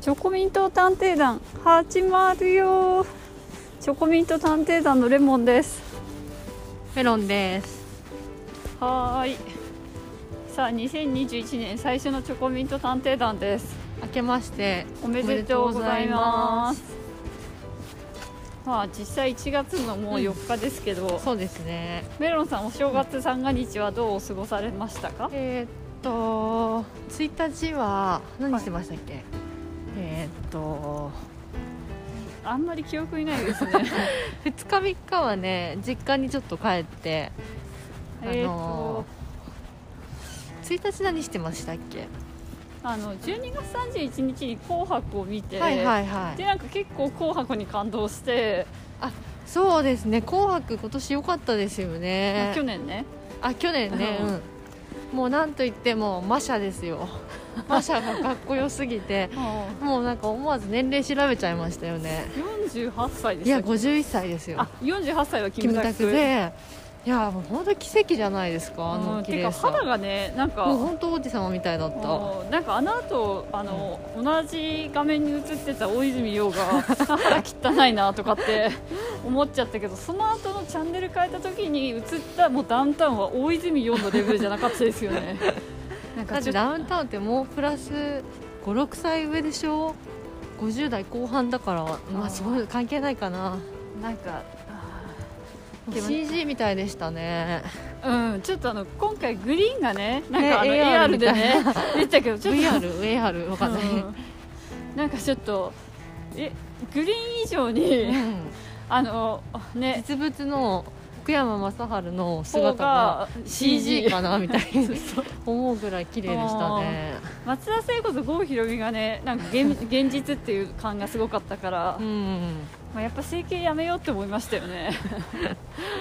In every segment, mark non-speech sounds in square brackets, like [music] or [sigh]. チョコミント探偵団始まるよチョコミント探偵団のレモンですメロンです。はーいさあ2021年最初のチョコミント探偵団です明けましておめでとうございますまあ実際1月のもう4日ですけど、そうですね。メロンさんお正月三が日はどうお過ごされましたかえーっと1日は何してましたっけ？えーっとあんまり記憶にないですね2日3日はね実家にちょっと帰って [laughs] あえっとの1日何してましたっけ？あの12月31日に「紅白」を見て、はいはいはでい。なんか結構「紅白」に感動して、そうですね。紅白今年良かったですよまあね去。年ねあ去年ね。うんうんもうなんといってもマシャです [laughs] よ。マシャがかっこよすぎて。もうなんか思わず年齢調べちゃいましたよね48歳でいしたやっけ51歳ですよあ48歳はキキムムタタククでいやもう本当奇跡じゃないですかあうのん綺てか麗さ肌がねなんかもう本当王子様みたいだったうんなんかあの後あの、同じ画面に映ってた大泉洋が [laughs] 肌汚いなとかって [laughs] 思っちゃったけどその後のチャンネル変えた時に映ったもうダウンタウンは大泉洋のレベルじゃなかったですよ [laughs] ねなんだかちっょてっとダウンタウンってもうプラス56歳上でしょ50代後半だからまあーあすごい関係ないかななんかあでも CG みたいでしたねーうんちょっとあの今回グリーンがねなんかあのね AR AR でね出てたけどちょっと VRVR わかんない、うんうんなんかちょっとえグリーン以上にあのね実物の福山雅治の方姿がが CG かなみたい [laughs] そうにそう思うぐらい綺麗でしたね松田聖子と郷ひろみがねなんか [laughs] 現現実っていう感がすごかったから、うんまあ、やっぱ整形やめようって思いましたよ [laughs] ね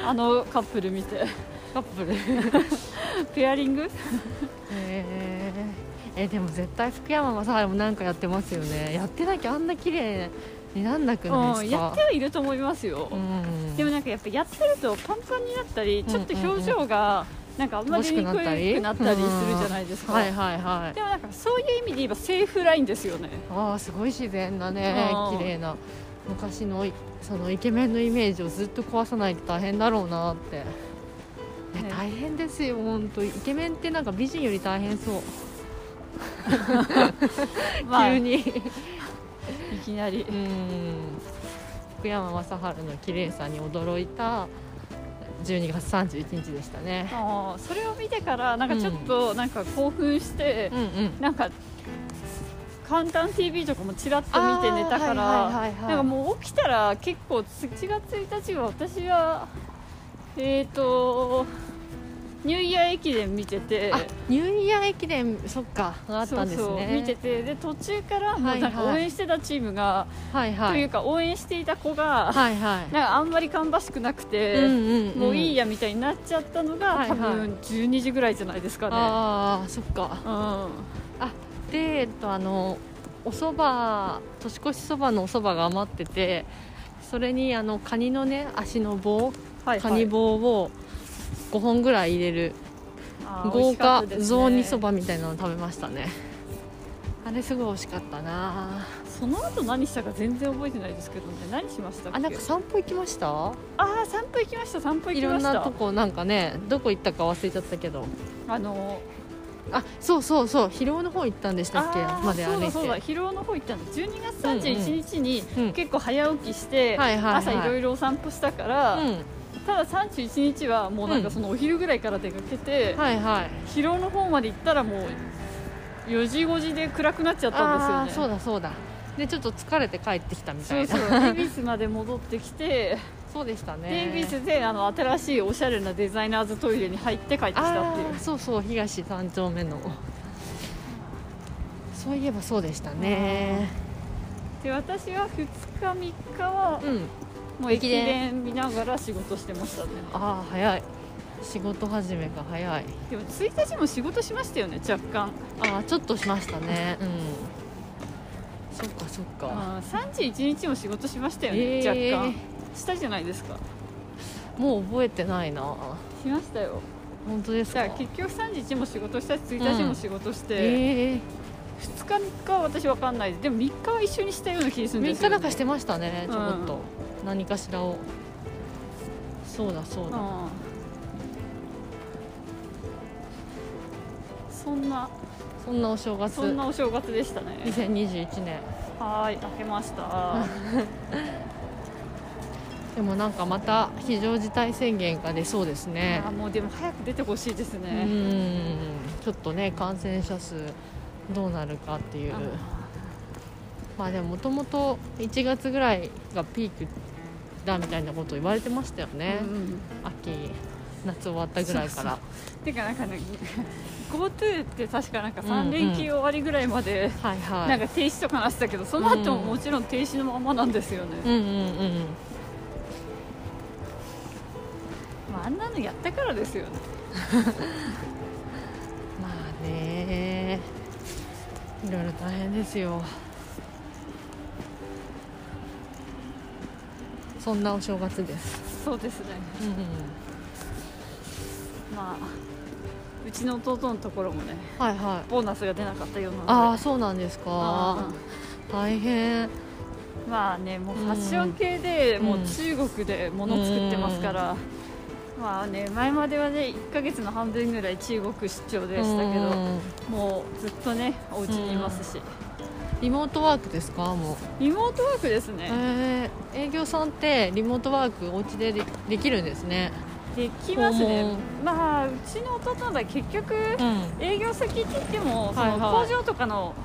あのカップル見てカップルペアリングえーえでも絶対福山雅治もなんかやってますよねやってなきゃあんな綺麗になんなくないうんですやっかてはいると思いますよ、うんでもなんかやっぱやってるとパンパンになったりんちょっと表情がなんかあんまり出にくくなったりするじゃないですか、はいはいはいでもなんかそういう意味で言えばセーフラインですよねああすごい自然なねうん綺麗な昔のいそのイケメンのイメージをずっと壊さないと大変だろうなって、いやね大変ですよ本当イケメンってなんか美人より大変そう、まあ急いにきなりうん福山雅治の綺麗さに驚いた12月31日でしたね。あーそれを見てからなんかちょっとなんか興奮して、うんうん。なんか「簡単 TV」とかもちらっと見て寝たから、はいはいはいはいなんかもう起きたら結構7月1日は私はえっ、とニューイヤー駅伝見てて。あニューイヤー駅伝そっかあったんですね。そうそう見ててで途中からもうなんかはいは応い援してたチームが、はいはといいうか応援していた子が、はいはい。なんかあんまり芳しくなくて、んもういいや、やみたいになっちゃったのが、はい多はい分12時ぐらいじゃないですかね。ああそっか。うでえっとあのお蕎麦年越しそばのお蕎麦が余ってて。それにあのカニのね足の棒ん、はい、カニ棒を5本ぐらい入れるあー豪華美味しかったですね雑煮そばみたいなの食べましたねあれすごい美味しかったなその後何したか全然覚えてないですけどね何しましたっけあなんか散歩行きましたあー散歩行きました散歩行いきろまんしなとたこなんかねどこ行ったか忘れちゃったけどあのあそうそうそう広尾の方行ったんでしたっけあーまで歩いてそうだそうだ広尾の方行ったんです12月31日にうんうん結構早起きして、はいはいはい朝いろいろお散歩したから、うんただ31日はもうなんうかんそのお昼ぐらいから出かけて、はいはい広尾の方まで行ったらもう4時5時で暗くなっちゃったんあーですそようねだそうだでちょっと疲れて帰ってきたみたそいうなそそうう恵比寿まで戻ってき [laughs] てでしたデねイビスであの新しいおしゃれなデザイナーズトイレに入って帰ってきたあっていうーそうそう東三丁目のそういえばそうでしたねで私は2日3日はうんもう駅伝見ながら仕事してましたねああ早い仕事始めが早いでも1日も仕事しましたよね若干ああちょっとしましたねうんそっかそっかあー31日も仕事しましたよね、えー若干したじゃないですかもう覚えてないなしましたよ本当ですだかから結局31も仕事したし1日も仕事して、ええ2日3日は私分かんないですでも3日は一緒にしたような気がするんで3すよ、日ね、なんかしてましたねちょこっうと、何かしらをそうだそうだ、うんそんなそんなお正月そんなお正月でしたね2021年はーい開けましたでもなんかまた非常事態宣言が出そうですねあもうでも早く出てほしいですうね、んちょっとね感染者数どうなるかっていうあまあでももともと1月ぐらいがピークだみたいなこと言われてましたよね、うんうん秋夏終わったぐらいからてかなんかね GoTo って確かなんかうんうん3連休終わりぐらいまではいはいなんか停止とかなってたけどその後もうんもちろん停止のままなんですよね、うんうんうんまあ、あんなのやったからですよねまあねいろいろ大変ですよそんなお正月です、そうですねうんうん、まあうちの弟のところもねはいはいボーナスが出なかったようなのでああそうなんですあか大変ーまあねもうファッション系で、うんもう中国で物作ってますから、まあね前まではね1ヶ月の半分ぐらい中国出張でしたけど、うんもうずっとねお家にいますし、リモートワークですかもうリモートワークですね、えー営業さんってリモートワークお家ででできるんですねできますね訪問まあうちの弟は結局うん営業先って言っても、はいはいその工場とかの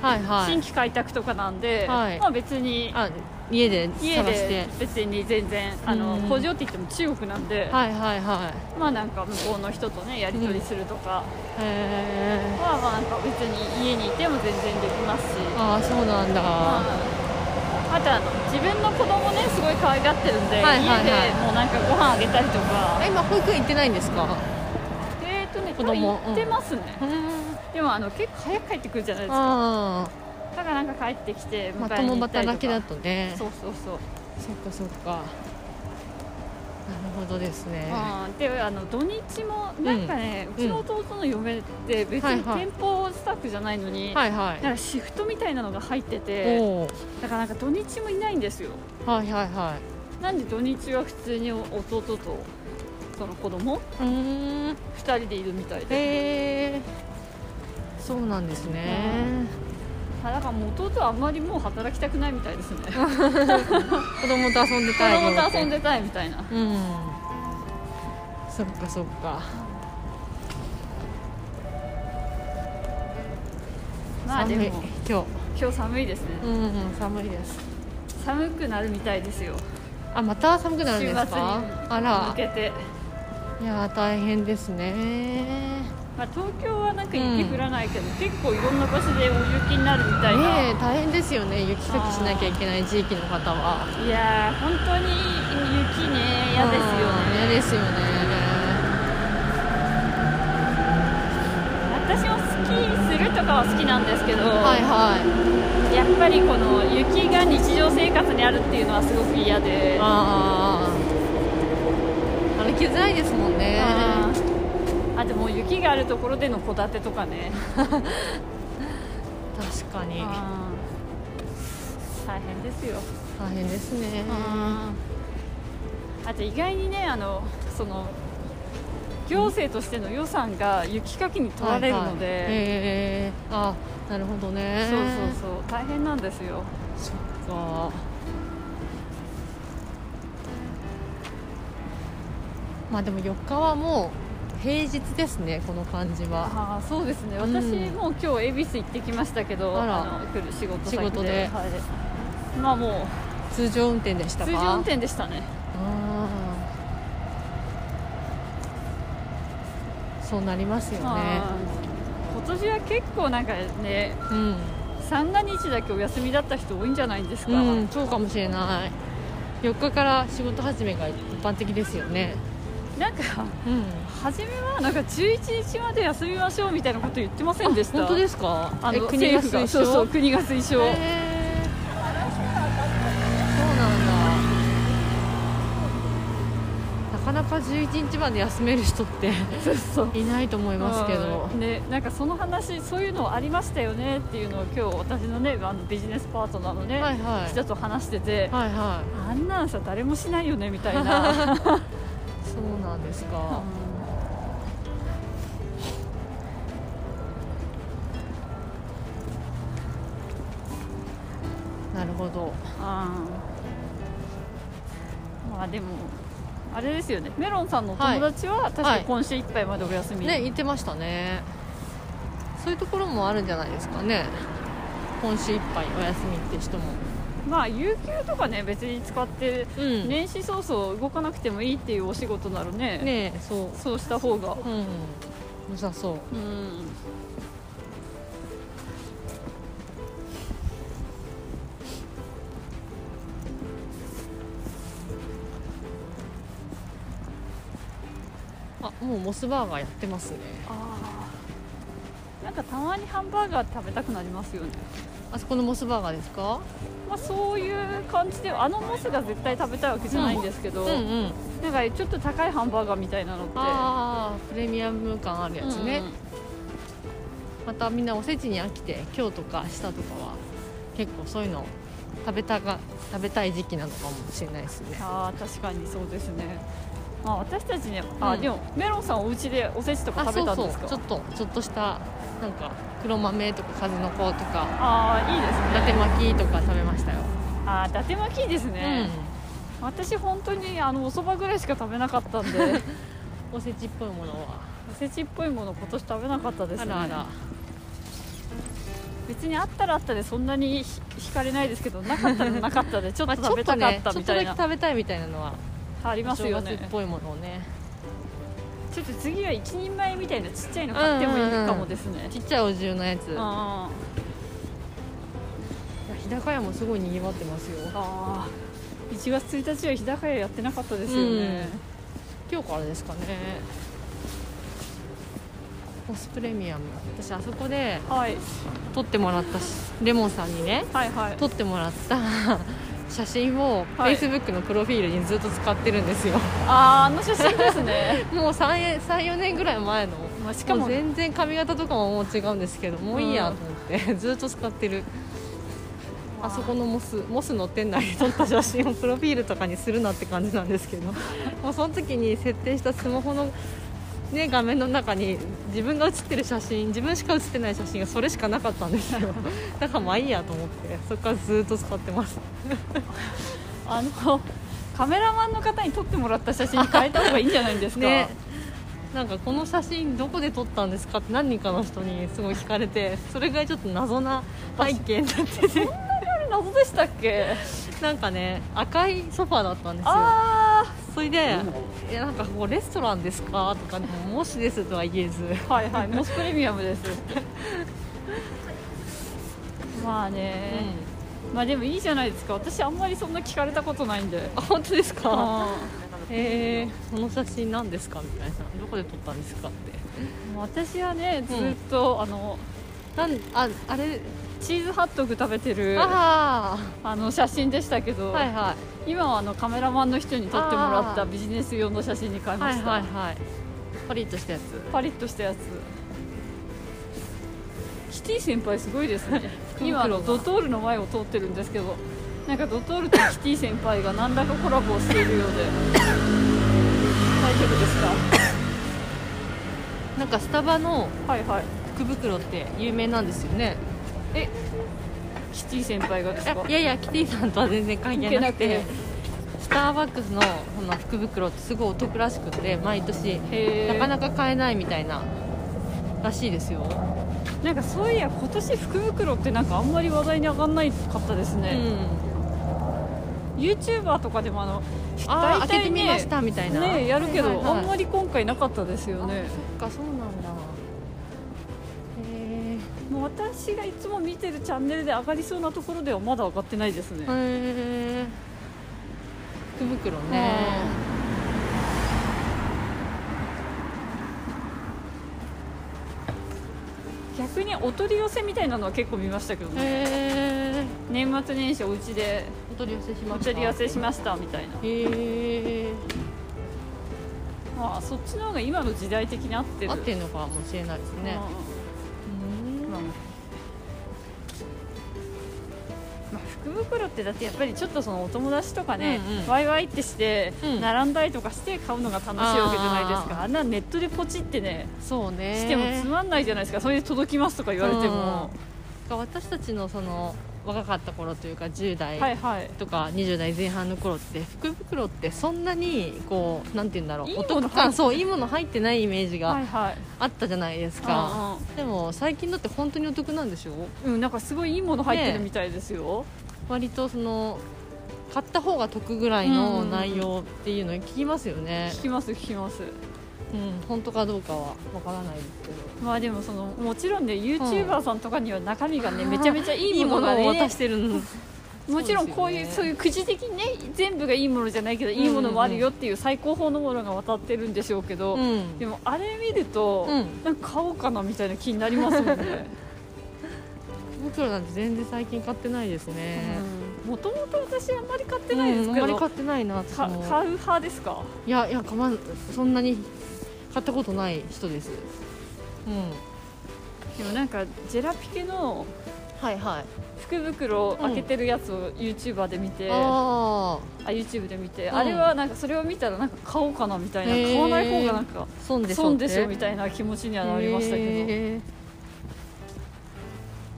はいは新い規開拓とかなんで、はいまあ、別にあ家で家探してで別に全然あのうん工場って言っても中国なんで、はいはいはいまあなんか向こうの人とねやり取りするとかえは、まあなんか別に家にいても全然できますし、ー、ああそうなんだ、まあ、あとあの自分の子供ねすごい可愛がってるんで、はいはいはい家でもうなんかご飯あげたりとかあ今保育園行ってないんですかえっ、とね子供行ってますね、でもあの結構早く帰ってくるじゃないですかあだからなんか帰ってきてあま迎とえもに行ったりとか、働きだとねそそうそうそうっかそっかなるほどですねあーであの土日もなんかね、ううんちの弟の嫁って別はいにはい店舗スタッフじゃないのに、はいはいなんかシフトみたいなのが入ってておおだからなんか土日もいないんですよはいはいはなんで土日は普通に弟とその子供いうーん2人でいるみたいで、えー、そうなんですねあだからもう弟はあんまりもう働きたくないみたいですね子子供と遊んでたい供と遊んでたいみたいなうんそっかそっかまあで寒いも今日今日寒いですね、うん寒いです寒くなるみたいですよあまた寒くなるんです週末かにあら抜けて、いやー大変ですねまあ、東京はなんか雪降らないけど、結構いろんな場所で大雪になるみたいな、ねえ大変ですよね雪かきしなきゃいけない地域の方はいやー本当に雪ね嫌ですようんね嫌ですよね私もスキーするとかは好きなんですけど、はいはいやっぱりこの雪が日常生活にあるっていうのはすごく嫌でああ歩きづらいですもんねあーあともう雪があるところでの戸建てとかね確かにあー大変ですよ大変ですねあと意外にねあのその行政としての予算が雪かきに取られるので、はいはいええあなるほどねそうそうそう大変なんですよそっかまあでも4日はもう平日ですねこの感じはああそうですねうん私も今日恵比寿行ってきましたけど、あらあの来る仕事先で仕事ではい、まあも通常運転でしうたか通常運転でしたねあーそうなりますよねあー今年は結構なんかねうん、三が日だけお休みだった人多いんじゃないんですか、うん、そうかもしれない4日から仕事始めが一般的ですよねなんかうん初めはなんか11日まで休みましょうみたいなこと言ってませんでした本当ですかあえの国が政府が推奨そうそう国が推奨、へーそうなんだなかな中11日まで休める人って [laughs] そうそういないと思いますけどうんね、なんかその話そういうのありましたよねっていうのを今日私のねあのビジネスパートナーのね、はいはい人と話してて、はいはあんなんさ誰もしないよねみたいな、いそうなんですかなるほどうんまあでもあれですよねメロンさんのお友達は、確はかい今週いっぱいまでお休み、ね言ってましたねそういうところもあるんじゃないですかね今週いっぱいお休みって人もまあ有給とかね別に使ってうんね年始早々動かなくてもいいっていうお仕事ならねえそそうした方がううん良さそううんあもうモスバーガーやってますねあーなんかたまにハンバーガー食べたくなりますよねあそこのモスバーガーですかまあそういう感じであのモスが絶対食べたいわけじゃないんですけど、うんなんかちょっと高いハンバーガーみたいなのってああプレミアム感あるやつね、うんうんまたみんなおせちに飽きて今日とか明日とかは結構そういうの食べたが食べたい時期なのかもしれないですねあー確かにそうですね、まあ、私たちねあ、うんでもメロンさんお家でおせちとかあ食そべうたんそうですかちょっとちょっとしたなんか黒豆とか数の子とかああいいですね伊達巻きとか食べましたよ、あー伊達巻きいいですね、私本当にあのおそばぐらいしか食べなかったん [laughs] でうんおせちっぽいものはおせちっぽいもの今年食べなかったですあねらあら別にあったらあったでそんなにひ惹かれないですけどなかったらなか [laughs] ったでちょっまあとち食ょべっとたかっねちょたっとみただいけな、食べたいみたいなのはありおます正よ月っねぽいものをねちょっと次は一人前みたいなちっちゃいの買ってもいいかもですねちっちゃいお重のやつ、うんあ日高屋もすごいにぎわってますよあ1月1日は日高屋やってなかったですよね、今日からですかねモスプレミアム私あそこではい、撮ってもらったしレモンさんにねはいはい撮ってもらった [laughs] 写真をはい Facebook のプロフィールにずっと使ってるんですよ、あーあの写真です [laughs] ねもう34年ぐらい前のまあししかかももう全然髪型とかももう違うんですけどもういいやと思って、 [laughs] ずっと使ってるあそこのモスモスの店内で撮った写真を [laughs] プロフィールとかにするなって感じなんです [laughs] けどもうその時に設定したスマホの、ね、画面の中に自分が写ってる写真自分しか写ってない写真がそれしかなかったんです [laughs] よだからまあいいやと思ってそこからずっと使ってますあのカメラマンの方に撮ってもらった写真に変えた方がいいんじゃないんですか、ねなんかこの写真どこで撮ったんですかって何人かの人にすごい聞かれてそれぐらいちょっと謎な背景になっててあれ謎でしたっけなんかね赤いソファーだったんですよあそれで、えなんかここレストランですかとか、でももし [laughs] ですとは言えず、あはいはいモスプレミアムです [laughs] まあね、まあでもいいじゃないですか私あんまりそんな聞かれたことないんであ本当ですか、あえー、この写真なんですかみたいな、どこで撮ったんですかって、ー私はねずっと、あのなんああれ、チーズハットグ食べてるああの写真でしたけど、あ、はいはい、今はあのカメラマンの人に撮ってもらったビジネス用の写真に変えまはいした、はいはい、パリッとしたやつ、パリッとしたやつキティ先輩すごいですね今あの福袋ドがトールの前を通ってるんですけどなんかドトールとキティ先輩が何らかコラボをしているようで大丈夫ですかなんかスタバのはいはい福袋って有名なんですよね、えキティ先輩がですかいやいや、キティさんとは全然関係な関く係てなく。スターバックスのこの福袋ってすごいお得らしくて毎年へーなかなか買えないみたいならしいですよ、なんかそういや今年福袋ってなんかあんまり話題に上がんないかったですうね、ん、 YouTuber とかでもあのあー大開け体てみねましたみたいな、ねやるけど、はいはいはいあんまり今回なかったですよねあそっかそうなんだへもう私がいつも見てるチャンネルで上がりそうなところではまだ上がってないですね、えへえ福袋ね逆にお取り寄せみたいなのは結構見ましたけどへねえ年末年始お家でお取り寄せしおました取り寄せしましたみたいなへえまあそっちの方が今の時代的に合ってる合ってるのかもしれないですね。うんまあまあ福袋ってだってやっぱりちょっとそのお友達とかね、うんうんワイワイってしてうん並んだりとかして買うのが楽しいわけじゃないですあか、ーあんなネットでポチってねそうね。してもつまんないじゃないですかそれで届きますとか言われても、私たちのその若かった頃というか10代はいはいとか20代前半の頃って福袋ってそんなにこうなんて言うんだろういいもおの入っ得感そういいもの入ってないイメージはがいはいあったじゃないですか、でも最近だって本当にお得なんでしょうんうん、なんかすごいいいもの入ってるみたいですよ、割とその買った方が得ぐらいの内容っていうのを聞きますよね、聞きます聞きますうん、本当かどうかはわからないですけどまあでもそのもちろんね YouTuber さんとかには中身がね、めちゃめちゃいいいいももののがねを渡してるのもちろんこういうそう,、そうですよねいうくじ的にね全部がいいものじゃないけどいいものもあるよっていう最高峰のものが渡ってるんでしょうけど、うんでもあれ見ると、うんなんか買おうかなみたいな気になりますもん [laughs] ね。福袋なんて全然最近買ってないですね、もともと私あんまり買ってうんないですけあんど、まり買ってないな私かも買う派ですかいやいやかまんそんなに買ったことない人ですうんでもなんかジェラピケのはいはい福袋を開けてるやつを YouTuber で見て、あああ YouTube で見て、うんあれはなんかそれを見たらなんか買おうかなみたいなへー買わない方がなんか損でしょ損でしょみたたいな気持ちにはなりましたけど。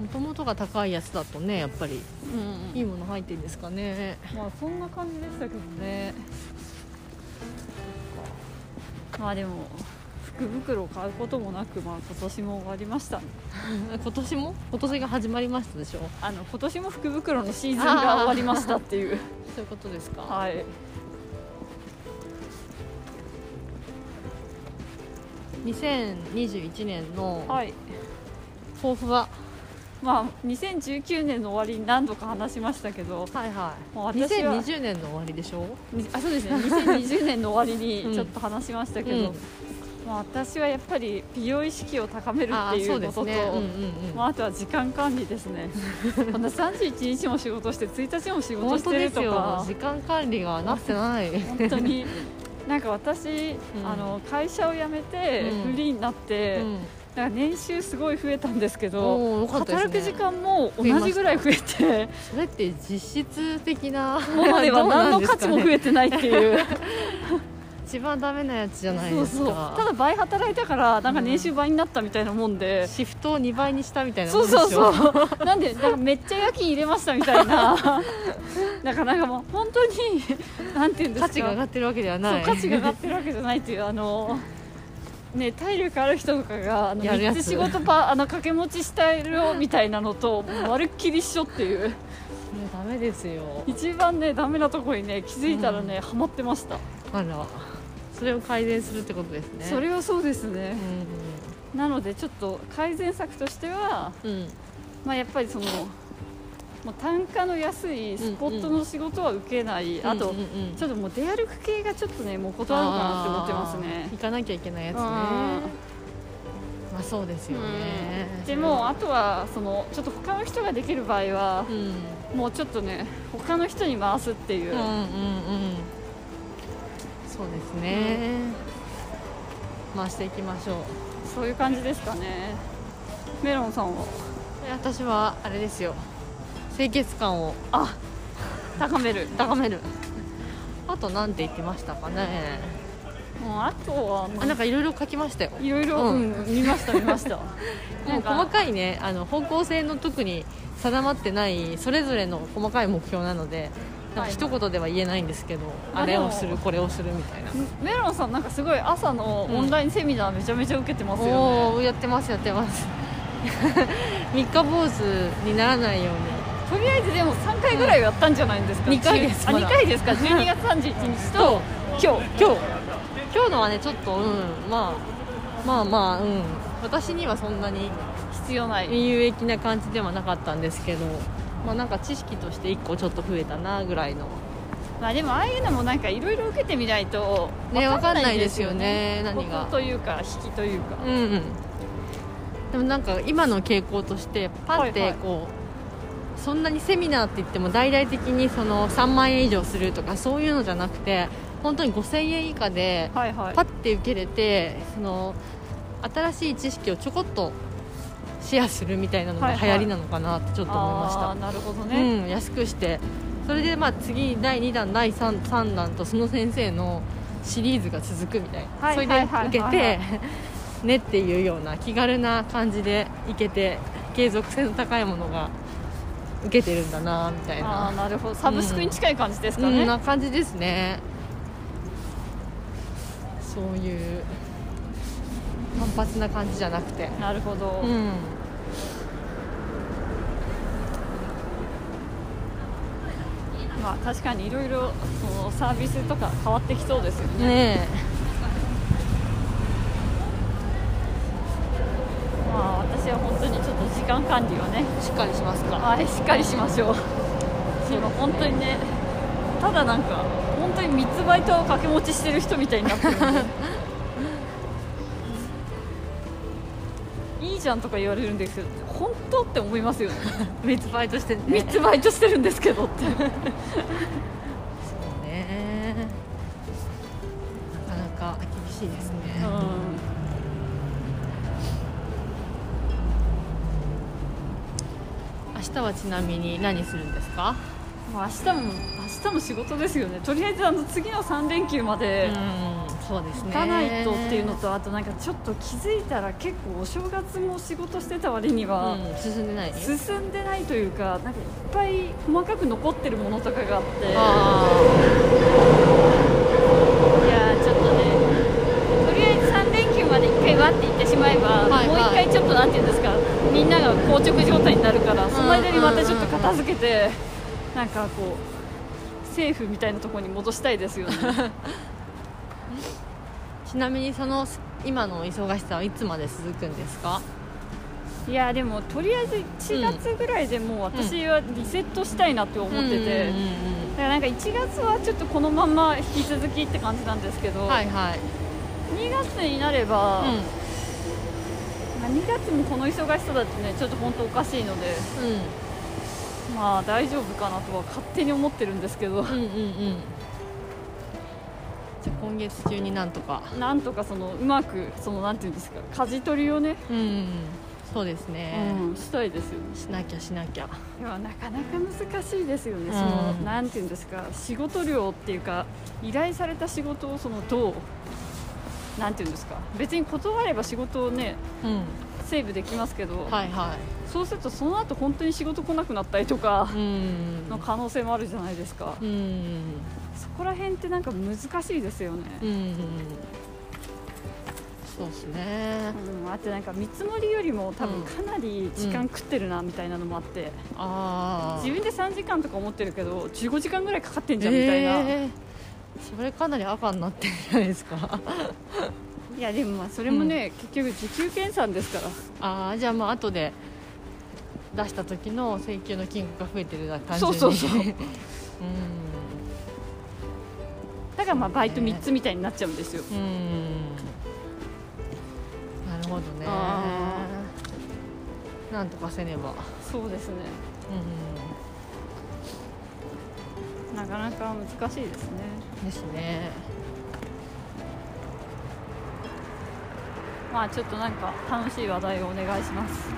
もともとが高いやつだとねやっぱりうんうんいいもの入ってるんですかねまあそんな感じでしたけどねまあでも福袋を買うこともなくまあ今年も終わりましたね今年も今年が始まりましたでしょあの今年も福袋のシーズンが終わりましたっていう [laughs] そういうことですか、はい2021年のはい抱負は、まあ2019年の終わりに何度か話しましたけどはいはもう私は2020年の終わりでしょにあそうですね2020年の終わり [laughs] うんにちょっと話しましたけど、うんまあ、私はやっぱり美容意識を高めるっああてーいそううでこすとと、ねうんうんうんまあ、あとは時間管理です [laughs] ねこんな31日も仕事して1日も仕事本し当てでるすとよか時間管理がなってない本当になんか私、あの会社を辞めてうフんリーになって、うんなんか年収すごい増えたんですけど、おーよかったです働ねく時間も同じぐらい増えてそれって実質的なものでは何の [laughs] どうなんです価か値ねも増えてないっていう一番ダメなやつ [laughs] じゃないそうですそうかただ倍働いたからなんか年収倍になったみたいなもんで、シフトを2倍にしたみたいなもそんうでしょそうそう [laughs] なんでなんかめっちゃ夜勤入れましたみたい [laughs] ななんかなんかもう本当になんていうんですか [laughs] 価値が上がってるわけではないそう価値が上がってるわけじゃないっていうあのね体力ある人とかがあのやるや3つつ仕事パあの掛け持ちしてるよみたいなのとまるっきり一緒っていうそれダメですよ一番ねダメなとこにね気づいたらね、ハマってました、あらそれを改善するってことですねそれはそうですねうなのでちょっと改善策としてはんうんまあやっぱりそのもう単価の安いスポットの仕事は受けない、あと、うんうんうんちょっともう出歩く系がちょっとねもう断ろうかなって思ってますねあー行かなきゃいけないやつねまあそうですよねうんでもあとはそのちょっと他の人ができる場合はう、んうんもうちょっとね他の人に回すっていう、うんうんうんそうですね回していきましょうそういう感じですかねメロンさんはで私はあれですよ清潔感をあ高める高めるあとなんて言ってましたかねもうあとはまああなんかいろいろ書きましたよいろいろ、うんうん見ました見ました [laughs] もう細かいねあの方向性の特に定まってないそれぞれの細かい目標なのでなはんかい一言では言えないんですけど、ああれでもをするこれをするみたいなメロンさんなんかすごい朝のオンラインセミナーめちゃめちゃ受けてますよおね、おーやってますやってます [laughs] 三日坊主にならないようにとりあえずでも3回ぐらいはやったんじゃないんですか、うん二回ですあま2だ回ですか12月31日と今日今日今日のはねちょっと、うん、まあまあまあうん私にはそんなに必要ない有益な感じではなかったんですけどまあなんか知識として1個ちょっと増えたなぐらいのまあでもああいうのもなんかいろいろ受けてみないとねわわかんないですよね何がコツというか引きというか、うんうんでもなんか今の傾向としてパンっはいてはいこう、そんなにセミナーって言っても大々的にその3万円以上するとかそういうのじゃなくて本当に5000円以下ではいはいパッて受けれてその新しい知識をちょこっとシェアするみたいなのがはいはい流行りなのかなってちょっと思いました、あーなるほどね、うん、安くしてそれでまあ次第2弾第 3, 三弾とその先生のシリーズが続くみたいな、はいはいはいそれで受けはいてねっていうような気軽な感じでいけて継続性の高いものが受けてるんだなみたいあなあなるほどサブスクに近い感じですそかんね、な感じですねそういう単発な感じじゃなくてなるほど、うんまあ確かにいろいろそのサービスとか変わってきそうですよねねまあ私は本当にちょっと時間管理をねえしっかりしますからはいしっかりしましょう今本当にねただなんか本当に三つバイトを掛け持ちしてる人みたいになってるんでいいじゃんとか言われるんですけど本当って思います [laughs] よね三つバイトしてね3つバイトしてるんですけどってねなかなか厳しいですね、明日はちなみに何するんですまあか、明日も明日も仕事ですよねとりあえずあの次の3連休までうんそうですね行かないとっていうのとあとなんかちょっと気づいたら結構お正月も仕事してた割にはうん、進んでない進んでないというかなんかいっぱい細かく残ってるものとかがあっていあやーちょっとねとりあえず3連休まで1回わって行ってしまえば、はいはいもう1回ちょっとなんていうんですかみんなが硬直状態になるからその間にまたちょっと片付けてなんかこう政府みたいなところに戻したいですよね。ーちなみにその今の忙しさはいつまで続くんですかいやでもとりあえず1月ぐらいでもう私はリセットしたいなって思ってて、うんうんだからなんか1月はちょっとこのまま引き続きって感じなんですけど、うんはいはい、 2月になれば、うんまあ、2月もこの忙しさだとねちょっと本当おかしいのでまあ大丈夫かなとは勝手に思ってるんですけどうん、うんうんうんじゃあ今月中になんとかなんとかそのうまくそのなんていうんですか舵取りをね、うん、うん、そうですね、うんしたいですよねしなきゃしなきゃいやなかなか難しいですよね、うんそのなんていうんですか、仕事量っていうか、依頼された仕事をそのどう、なんていうんですか、別に断れば仕事をね、うんセーブできますけど、はいはそうすると、その後本当に仕事来なくなったりとかいうんの可能性もあるじゃないですか、うんそこら辺ってなんか難しいですよね。うんそうですねうん、あってなんか見積もりよりも多分うんかなり時間食ってるなみたいなのもあって、ああ自分で3時間とか思ってるけど15時間ぐらいかかってんじゃんみたいな、えーそれかなり赤になってるじゃないですかいやでもまあそれもね、結局時給計算ですからああじゃあまあ後で出した時の請求の金額が増えてるだけそうそうそう [laughs] うんだからまあバイト3つみたいになっちゃうんですよ、うんなるほどねあなんとかせねばそうですねうんなかなか難しいですねですねまあちょっとなんか楽しい話題をお願いします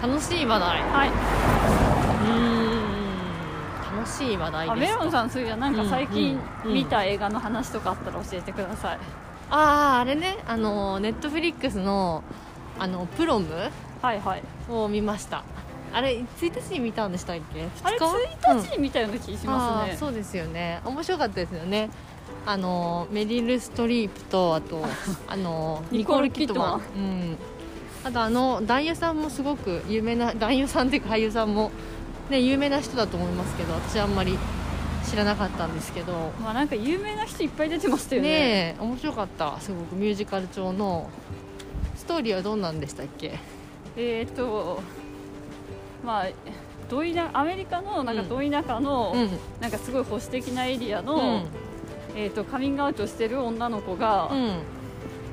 楽しい話題はいうーん楽しい話題あでメすロンさんそういやなんか最近うんうん見た映画の話とかあったら教えてください、あああれねあのネットフリックスのあのプロムはいはいを見ましたあれ1日に見たんでしたっけあれ1日に見たような気ししますね、そうですよね面白かったですよねあのメリル・ストリープとあとあのニコールキッドマンニコールキッドマンうんあとあの男優さんもすごく有名な男優さんっていうか俳優さんもね有名な人だと思いますけど私あんまり知らなかったんですけどまあなんか有名な人いっぱい出てましたよねねえ面白かったすごくミュージカル調のストーリーはどんなんでしたっけえーっとまあどいなアメリカのなんかど田舎の、うんなんかすごい保守的なエリアうの、んえー、とカミングアウトしてる女の子が、うん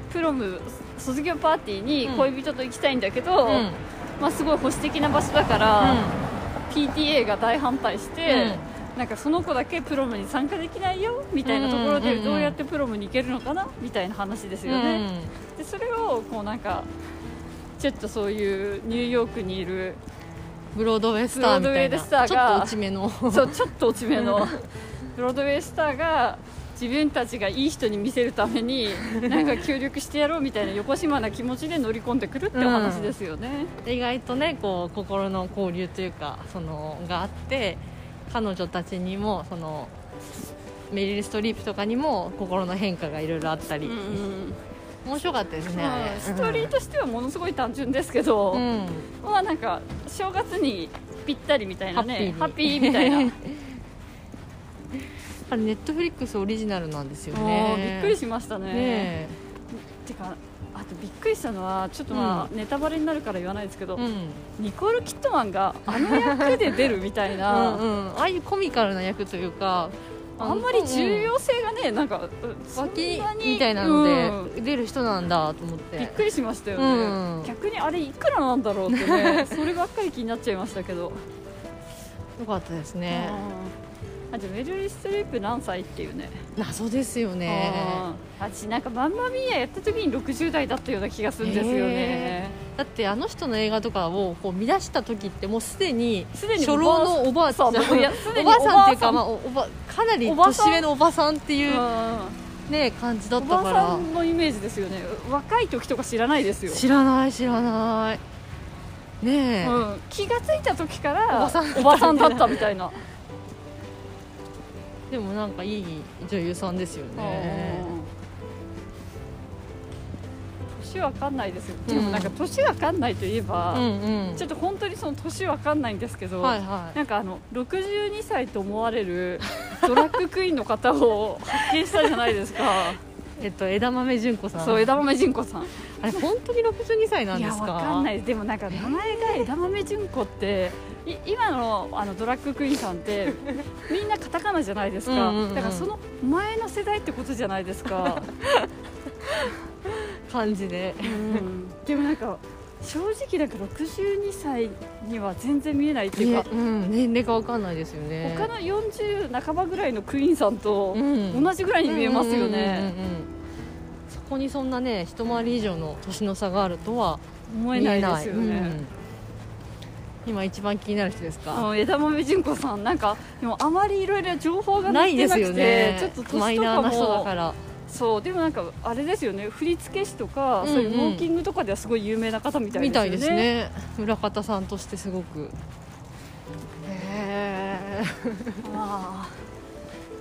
プロム卒業パーティーにうん恋人と行きたいんだけど、うんうんまあ、すごい保守的な場所だから、PTA が大反対して、なんかその子だけプロムに参加できないよみたいなところうんうんでうんうんどうやってプロムに行けるのかなみたいな話ですよね、でそれをこうなんかちょっとそういうニューヨークにいるブロードウェイスターみたいブロードウェイなでスターちがょっと落ち目の [laughs] そうちょっと落ち目のブロードウェイスターが自分たちがいい人に見せるため [laughs] になんか協力してやろうみたいな横島な気持ちで乗り込んでくるってお話ですよね。意外とねこう心の交流というかそのがあって彼女たちにもそのメリル・ストリープとかにも心の変化がいろいろあったり、うんうん面白かったですね、まあストーリーとしてはものすごい単純ですけど、うん、うんまあなんか正月にぴったりみたいなねハハッッピピーーにみたい [laughs] な、あれネットフリックスオリジナルなんですよもねうびっくりしましたねねてかあとびっくりしたのはちょっとまあ、ネタバレになるから言わないですけど、えうんニコール・キットマンがあの役で出るみたいなうんうんああいうコミカルな役というかあんまり重要性がねなんかそん脇なにみたいなうのんで出る人なんだと思ってびっくりしましたよね、うん逆にあれいくらなんだろうってね [laughs] そればっかり気になっちゃいましたけど、よかったですねあーあじゃあメルリストリープ何歳っていうね謎ですよねうん私なんかマンマミーヤやった時に60代だったような気がするんですよねだってあの人の映画とかをこう見出した時ってもうすでにすでに初老のおばあちゃんおばあさんいやすでにおばあさんっておばあさんいうか、まあ、おおばかなりおばさん年上のおばさんってういんう、ね、感じだおったばかさらんのイメージですよね若い時とか知らないですよ、知らない知らないねえ、うん、気がついた時からおばさんおばさんだったみたいな、でもなんかいい女優さんですよねうん年わかんないですよ、うんでもなんか年わかんないといえば、うんうんちょっと本当にその年わかんないんですけど、はいはいなんかあの62歳と思われる [laughs] ドラッグクイーンの方を発見したじゃないです [laughs] かえっと枝豆純子さんそう枝豆純子さんあれ本当に62歳ないんでやすかわかんないでもなんか名前が枝豆純子ってい今のあのドラッグクイーンさんっ [laughs] てみんなカタカナじゃないですかうんうんうんだからその前の世代ってことじゃないですか、感じでうんでもなんか正直なんか62歳には全然見えないっていうか、ねうん、年齢がわかんないですよね他の40半ばぐらいのクイーンさんとうん同じぐらいに見えますよねうんうんうんうんうんそこにそんなね一回り以上の年の差があるとは思え見なえいでないすよね、うん今一番気になる人ですあかの枝豆純子さんなんかでもあまりいろいろ情報が載ってなくてちょっと年とかもマイナーな人だからそうでもなんかあれですよね振付師とか、うんうんそういうウォーキングとかではすごい有名な方みたいですよねみたいですね村方さんとしてすごくへあー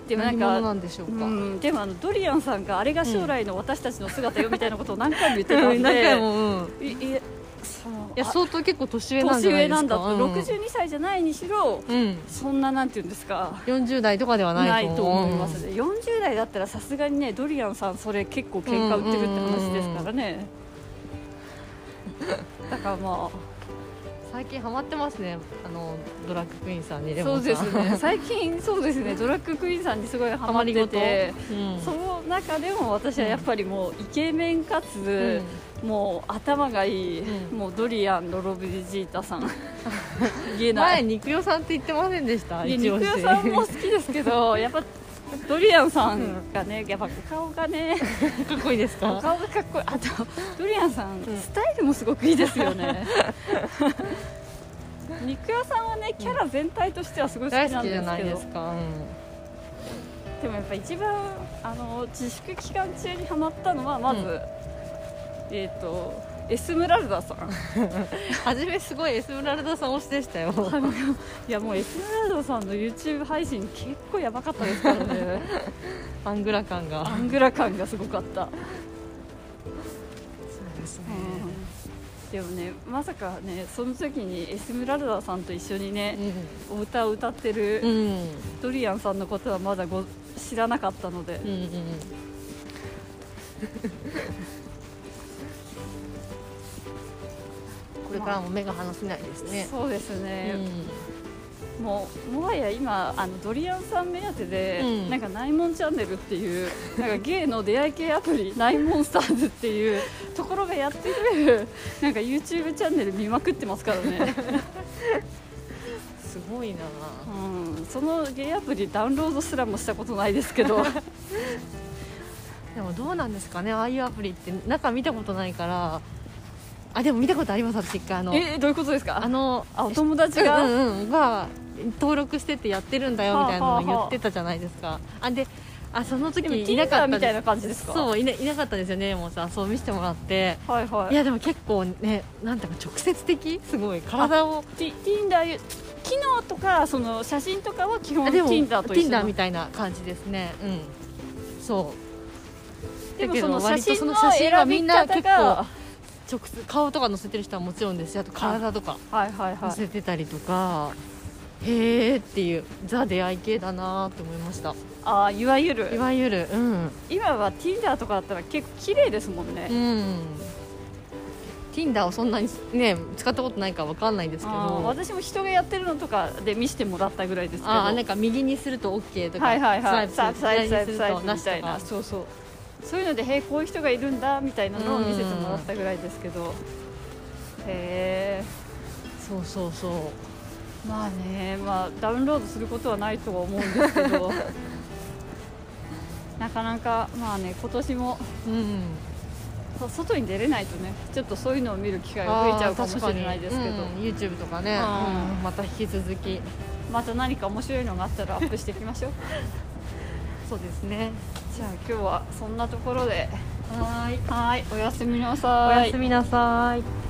でえもなん何者かなんでしょうか、うん、でもあのドリアンさんがあれが将来の私たちの姿よみたいなことを何回も言ってたん何で回も、うん、いいやそのいやあ相当結構年上なんじ年ゃない上でなすんだかと、62歳じゃないにしろうん、うんそんななんていうんですか40代とかではなないいとと思う思いますね、40代だったらさすがにねドリアンさんそれ結構喧嘩売ってるって話ですからね、だからまあ最近ハマってますねあのドラッグクイーンさんにレそモうンさでんすね最近そうですねドラッグクイーンさんにすごいハマっててうんその中でも私はやっぱりもうイケメンかつ、もう頭がいい、うんもうドリアンのロブジータ [laughs] さん言えな前い肉代さんって言ってませんでしたいや一肉押し屋さんも好きですけ [laughs] どやっぱドリアンさんがねやっぱ顔が [laughs] ねかっこいいですおか顔がかっこいいあとドリアンさん、んスタイルもすごくいいですよ [laughs] ね肉屋さんはねキャラ全体としてはすごい好大きな好んきですけじゃどないでですか、もやっぱ一番あの自粛期間中にハマったのはまず、うんえっ、とエスムラルダさん初めすごいエスムラルダさん推しでしたよいやもうエスムラルダさんの YouTube 配信結構やばかったですから [laughs] ねアングラ感がアングラ感がすごかったそうですねでもねまさかねその時にエスムラルダさんと一緒にね、お歌を歌ってる、うんうんドリアンさんのことはまだご知らなかったのでうんうんこれからも目が離せないですね、そうですね、うんもうもはや今あのドリアンさん目当てで、うんなんかナイモンチャンネルっていうなんかゲイの出会い系アプリナイモンスターズっていうところがやって [laughs] るなんか YouTube チャンネル見まくってますからねすごいなうん、そのゲイアプリダウンロードすらもしたことないですけ [laughs] どでもどうなんですかねああいうアプリって中見たことないからあでも見たことあります私一回あのえどういうことですかあのあお友達うんが、うんうんが登録しててやってるんだよみたいなのを言ってたじゃないですかあであその時でもいなか Tinder ったみたいでな感じですすかそういないなかったですよねもうさそう見せてもらってはいはいいやでも結構ねなんていうか直接的すごい体を T- Tinder 機能とかその写真とかは基本あでも Tinder と一緒 Tinder なみたいな感じですねうんそうでもだけそどの写割と真そのの選び方がみんな結構直接顔とか載せてる人はもちろんですしあと体とかはいはいは載いせてたりとか、へえっていうザ出会い系だなと思いましたああいわゆいるわゆるうん今は Tinder とかだったら結構綺麗ですもんうね、ん Tinder をそんなにね使ったことないからわかんないですけあーど私も人がやってるのとかで見せてもらったぐらいですけどあーなんか右にすると OK とか、はいはいはいスワイプするサイズサイ左にすズるサイとズなみしとたいなかそうそうそういうのでへえこういう人がいるんだみたいなのを見せてもらったぐらいですけどへえそうそうそうまあねまあダウンロードすることはないとは思うんですけ [laughs] どなかなかまあね今年もうんそ外に出れないとねちょっとそういうのを見る機会が増えちゃうかもしれないですけど、あー確かにうん YouTube とかね、うんうんまた引き続きまた何か面白いのがあったらアップしていきまし [laughs] ょうそうですねじゃあ今日はそんなところではーいはいおやすみなさおやすみなさい